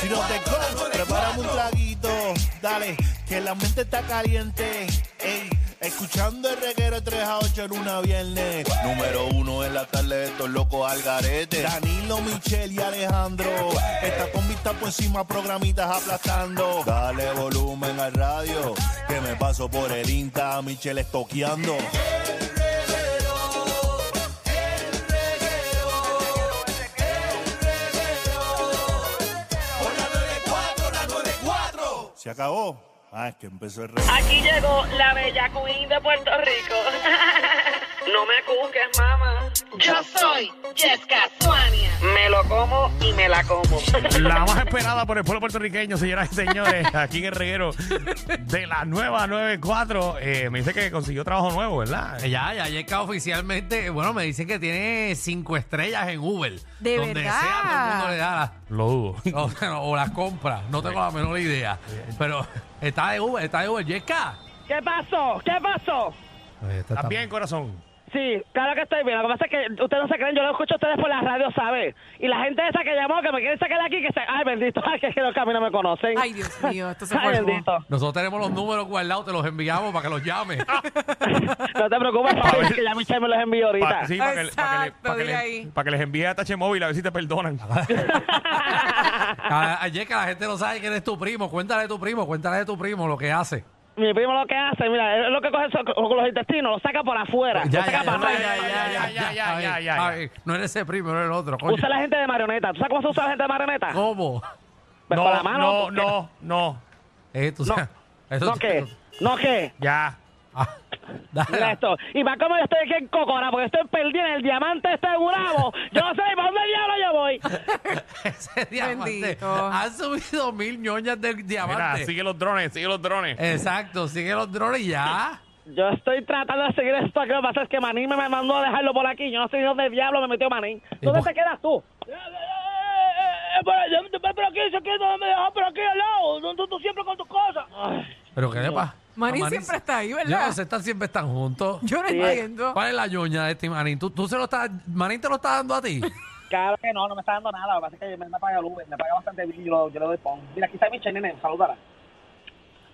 Si no te go, prepárame un traguito. Dale, que la mente está caliente. Ey, escuchando el reguero de 3 a 8 en una viernes. Número uno en la tarde de estos locos al garete. Danilo, Michelle y Alejandro. Esta combi está por encima, programitas aplastando. Dale volumen al radio, que me paso por el Insta, Michelle estoqueando. Se acabó. Ah, es que empezó el reguero. Aquí llegó la bella queen de Puerto Rico. No me juzgues, mamá. Yo soy Jessica Suania. Me lo como y me la como. La más esperada por el pueblo puertorriqueño, señoras y señores, aquí en el reguero de la nueva 94. Eh, me dice que consiguió trabajo nuevo, ¿verdad? Ya, ya Yeka oficialmente, bueno, me dicen que tiene cinco estrellas en Uber. ¿De donde verdad? sea, todo el mundo le da las- Lo dudo. o, bueno, o las compra. No tengo la menor idea. Pero está de Uber, está de Uber. Yeka. ¿Qué pasó? ¿Qué pasó? ¿Estás bien, corazón? Sí, claro que estoy bien. Lo que pasa es que ustedes no se creen, yo lo escucho a ustedes por la radio, ¿sabes? Y la gente esa que llamó, que me quieren sacar de aquí, que se... Ay, bendito, ay, que los caminos me conocen. Ay, Dios mío, esto se Ay, fue. bendito. Nosotros tenemos los números guardados, te los enviamos para que los llames. No te preocupes, papi, que ya Michelle me los envió ahorita. Pa- sí, para que, le- pa' que le- Exacto, pa' que dile le- ahí. pa' que les envíe a Tache Móvil a ver si te perdonan. Pues A, a Yeka, la gente no sabe quién es tu primo. Cuéntale de tu primo, cuéntale de tu primo lo que hace. Mi primo lo que hace, mira, es lo que coge so- con los intestinos, lo saca por afuera. lo saca para afuera. ya, ya, ya, Ay, ya, ya. ay, No eres ese primo, no eres el otro. coño. Usa la gente de marioneta. ¿Tú sabes cómo se usa la gente de marioneta? ¿Cómo? Pues no, con la no, mano. no, no. Eh, tú No. sabes- eso ¿No tú- qué? ¿No qué? Ya. Ah, dale, Mira esto. Y más como yo estoy aquí en Cocora, porque estoy perdida en el diamante este bravo. Yo no sé ni para dónde diablo yo voy. ese diamante. Bendito. Han subido mil ñoñas del Mira, diamante. sigue los drones, sigue los drones. Eh, Exacto, sigue los drones y ya. Yo estoy tratando de seguir esto. Lo que pasa es que Manín me mandó a dejarlo por aquí. Yo no sé ni dónde diablo me metió Manín. ¿Y ¿Dónde por- te quedas tú? Eh, eh, eh, eh, Pero yo- yo- pero aquí, yo aquí, no me dejó por aquí al lado. Tú- Tú, tú siempre con tus cosas. Ay, Pero qué le pasa. Manín A siempre está ahí, ¿verdad? Yo no sé, están, siempre están juntos. Yo no Sí. entiendo. ¿Cuál es la ñoña de este Manín? ¿Tú, tú se lo estás, Manín te lo está dando a ti. Claro que no, no me está dando nada. Lo que pasa es que me, me paga el Uber, me paga bastante bien. Yo, lo- yo le doy pon. Mira, aquí está mi nene, salúdala.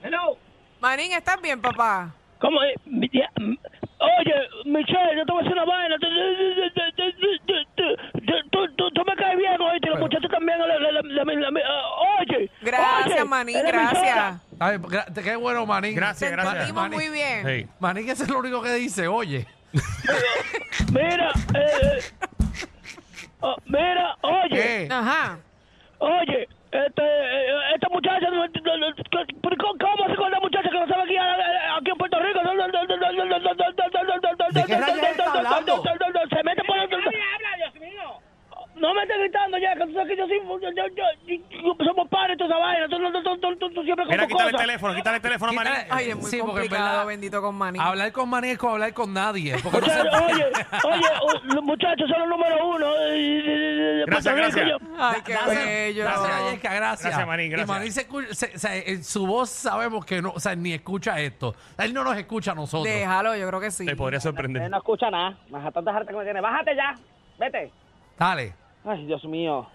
Hello. Manín, ¿estás bien, papá? ¿Cómo es? Mi tía- m- Oye, Michelle, yo te voy a hacer una vaina. Te- te- te- te- te- te- te- te- Tú, tú- tú me caes bien, oíste. Los Pero- muchachos también. la- la- la- la- la- la- ah, Oye. Gracias, oye, Manín, eres mi gracias. Ay, gra- qué bueno, Manín. Gracias, gracias. Manín, Sentimos muy Manín. bien. Sí. Manín, ese es lo único que dice, oye. socia. Mira, eh, oh, mira, oye, ¿Qué? Ajá. oye. Este, eh, esta muchacha, no- no- no- ¿por qué- ¿cómo hace con esta muchacha que no sabe aquí, eh, aquí en Puerto Rico? ¿De qué rayos está hablando? Se mete por el... habla, Dios mío! No me estés gritando ya, que tú sabes que yo soy... Yo, yo, yo- yo- somos padres, toda esa vaina. Tú, tú, tú, tú, tú, tú siempre con Mira, tus quítale el cosas. teléfono, quítale el teléfono, Marín. Quítale- Ay, es muy Sí, porque en complicado, verdad- bendito con Manín. Hablar con Manín es como hablar con nadie. Porque O no sea, se- oye, oye, u- los muchachos son los número uno. eh, de Gracias, Puerto gracias. Rico, yo- Ay, qué bello. Gracias, Yesca, gracias. Gracias, Manín, gracias. Y Manín se escucha, se- se- en su voz sabemos que no, o sea, ni escucha esto. Él no nos escucha a nosotros. Déjalo, yo creo que sí. Te podría sorprender. Él Eh, no escucha nada. Baja tanta harta que me tiene. Bájate ya. Vete. Dale. Ay, Dios mío.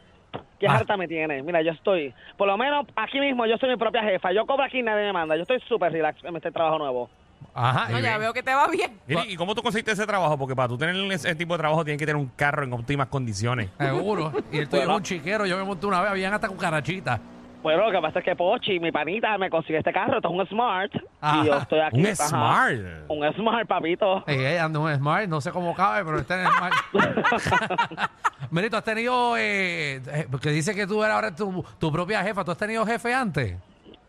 Qué Ah. harta me tiene. Mira, yo estoy, por lo menos aquí mismo, yo soy mi propia jefa. Yo cobro aquí, nadie me manda. Yo estoy súper relax en este trabajo nuevo. Ajá. Ah, No, y ya bien. veo que te va bien. Mira, ¿Y cómo tú conseguiste ese trabajo? Porque para tú tener ese tipo de trabajo tienes que tener un carro en óptimas condiciones. Seguro. Y el tuyo es un chiquero. Yo me monté una vez, habían hasta cucarachitas. Bueno, lo que pasa es que Pochi, mi panita, me consiguió este carro. Esto es un Smart. Ajá. Y yo estoy aquí. Un ajá. Smart. Un Smart, papito. Ey, ey, ando en Smart, no sé cómo cabe, pero este está en Smart. Mira, tú has tenido, eh, eh, porque dice que tú eres ahora tu, tu propia jefa. ¿Tú has tenido jefe antes?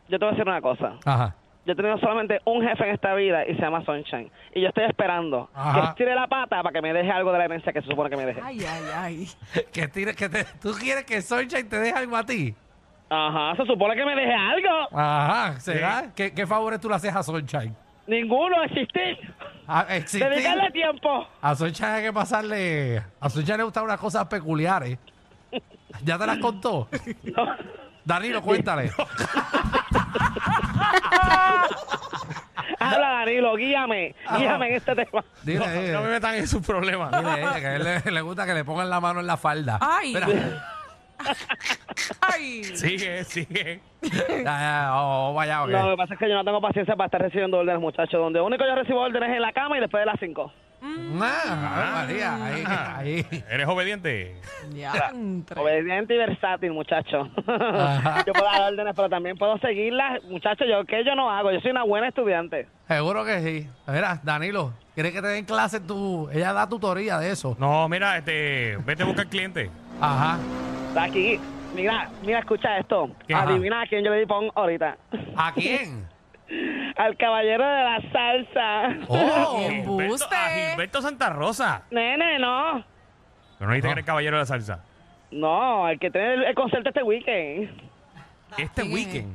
Yo te voy a decir una cosa. Ajá. Yo he tenido solamente un jefe en esta vida y se llama Sunshine. Y yo estoy esperando Ajá. que estire la pata para que me deje algo de la herencia que se supone que me deje. Ay, ay, ay. Que tire, que te, tú quieres que Sunshine te deje algo a ti. Ajá, se supone que me deje algo. Ajá, ¿será? ¿Qué, qué favores tú le haces a Sunshine? Ninguno, existir. A, existir- Dedicarle tiempo. a Sunshine hay que pasarle. A Sunshine le gustan unas cosas peculiares. ¿Ya te las contó? Danilo, cuéntale. Habla, Danilo, guíame. Ah. Guíame en este tema. Dile, dile. No me metan en sus problemas. Dile, dile, que a él le, le gusta que le pongan la mano en la falda. Ay. Espera. Ay. Sigue, sigue. Ya, ya, oh, oh, vaya, ok. No, lo que pasa es que yo no tengo paciencia para estar recibiendo órdenes, muchachos. Donde único yo recibo órdenes es en la cama y después de las 5. Ah, Ave María, ahí, ahí. ¿Eres obediente? Diantre. Obediente y versátil, muchacho. yo puedo dar órdenes, pero también puedo seguirlas. Muchachos, yo que yo no hago, yo soy una buena estudiante. Seguro que sí. Mira, Danilo, ¿quieres que te den clase tú? Ella da tutoría de eso. No, mira, este, vete a buscar cliente. Ajá. Aquí, mira, mira, escucha esto. ¿Qué? Adivina a quién yo le di pon ahorita. ¿A quién? Al caballero de la salsa. Oh, Gilberto, embuste. a Gilberto Santa Rosa. Nene, no. Pero no dijiste que eres caballero de la salsa. No, el que tiene el, el concierto este weekend. Este ¿Quién es? weekend.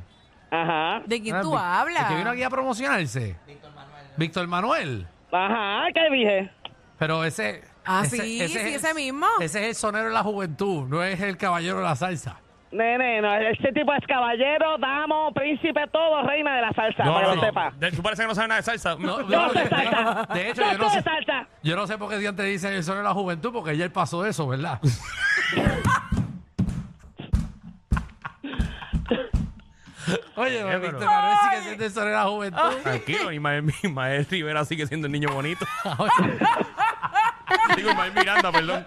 Ajá. ¿De quién Ah, tú Vic- hablas? el que vino aquí a promocionarse. Víctor Manuel. Ajá, ¿qué dije? Pero ese. Ah, sí, sí, ese mismo. Ese es el sonero de la juventud, no es el caballero de la salsa. Nene, no, ese tipo es caballero, damo, príncipe, todo, reina de la salsa, para que lo sepa. De- Tú parece que no sabes nada de salsa. No, Yo no, sé de- salsa. de hecho, yo, yo no sé sé. salsa. Yo no sé por qué Dios te dice el sonero de la juventud, porque ya él pasó eso, ¿verdad? Oye, pero- Víctor Manuel sí que siente el sonero de la juventud. Tranquilo, Ismael, Ismael Rivera sigue siendo el niño bonito. Digo, Ismael Miranda, perdón.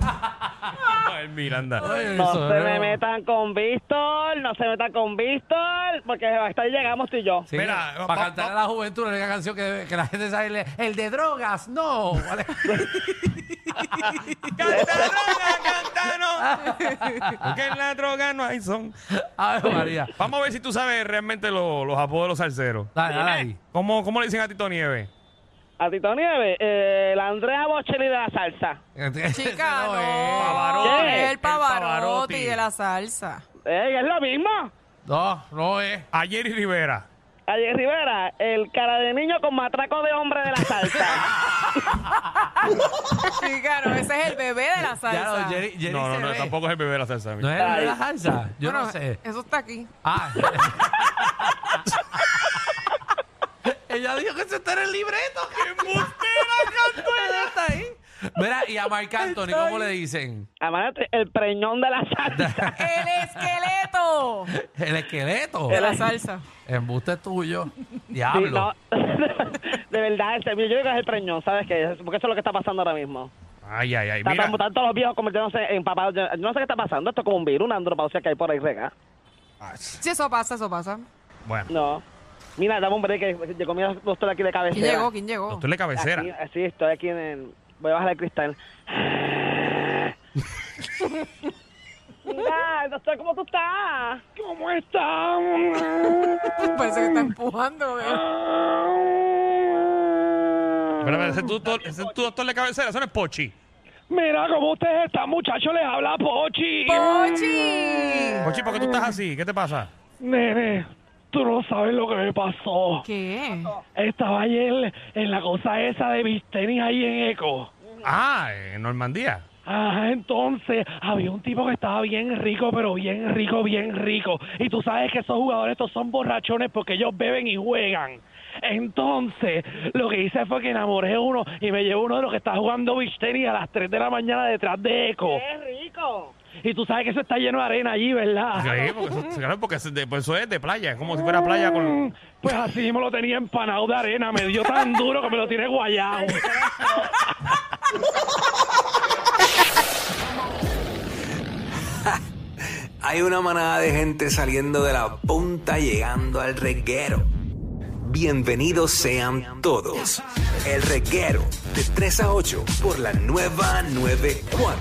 Ismael Miranda. Oye, el No se sonero- me metan con Víctor, no se metan con Víctor, porque hasta ahí llegamos tú y yo. Sí, Mira, va- para va- cantar a la juventud, la única canción que, que la gente sabe le- el de drogas, no. ¿Cuál es? Canta droga, canta no. Porque en la droga no hay son. Ave María. Vamos a ver si tú sabes realmente lo- los apodos de los salseros. Dale, dale ahí. ¿Cómo, ¿Cómo le dicen a Tito Nieves? A Tito Nieves, eh, la Andrea Bocelli de la salsa. Chica, no. eh. Pavarotti. Es El el Pavarotti. Pavarotti de la salsa. Ey, Eh, es lo mismo. No, no eh. es. A Jerry Rivera. Ayer Rivera, el cara de niño con matraco de hombre de la salsa. Chica, no, ese es el bebé de la Ya salsa. no, Jerry, Jerry no, no, se no, ve. tampoco es el bebé de la salsa. ¿No es el de la salsa? Yo Bueno, no sé. Eso está aquí. Ah. Ella dijo que se está en el libreto. ¡Qué cantó! Ella está ahí. Mira, y a Marc Anthony, ¿cómo le dicen? Amanate, el preñón de la salsa. El esqueleto El esqueleto. de la salsa. Embuste tuyo. Sí, Diablo. no, de verdad, ese- yo digo que es el preñón, ¿sabes qué? Porque eso es lo que está pasando ahora mismo. Ay, ay, ay. Están Mira, como tanto los viejos convirtiéndose en papados. Yo, yo no sé qué está pasando. Esto es como un virus, una andropausia que hay por ahí rega. Sí, eso pasa, eso pasa. bueno, No. Mira, dame un break que llegó mi doctor aquí de ¿Quién cabecera. llegó? ¿Quién llegó? tú le cabecera. Aquí, así estoy aquí en el... Voy a bajar el cristal. Mira, doctor, ¿cómo tú estás? ¿Cómo estamos? Parece que está empujando. ¿eh? Pero, pero ese es tu doctor, ese es tu doctor de cabecera, eso no es Pochi. Mira cómo ustedes están, muchachos. Les habla Pochi. ¡Pochi! Pochi, ¿por qué tú estás así? ¿Qué te pasa? Nene, tú no sabes lo que me pasó. ¿Qué? Estaba ayer en la cosa esa de Vistenis ahí en Eco. Ah, en Normandía. Ajá, Ah, entonces había un tipo que estaba bien rico, pero bien rico, bien rico. Y tú sabes que esos jugadores estos son borrachones porque ellos beben y juegan. Entonces, lo que hice fue que enamoré uno y me llevé uno de los que está jugando beach tenis a las 3 de la mañana detrás de Eco. ¡Qué rico! Y tú sabes que eso está lleno de arena allí, ¿verdad? Ah. Sí, porque, eso, claro, porque eso es de, pues eso es de playa, es como si fuera playa con... Pues así mismo lo tenía empanado de arena, me dio tan duro que me lo tiene guayado. Hay una manada de gente saliendo de la punta llegando al reguero. Bienvenidos sean todos. El reguero de 3 a 8 por la nueva 94.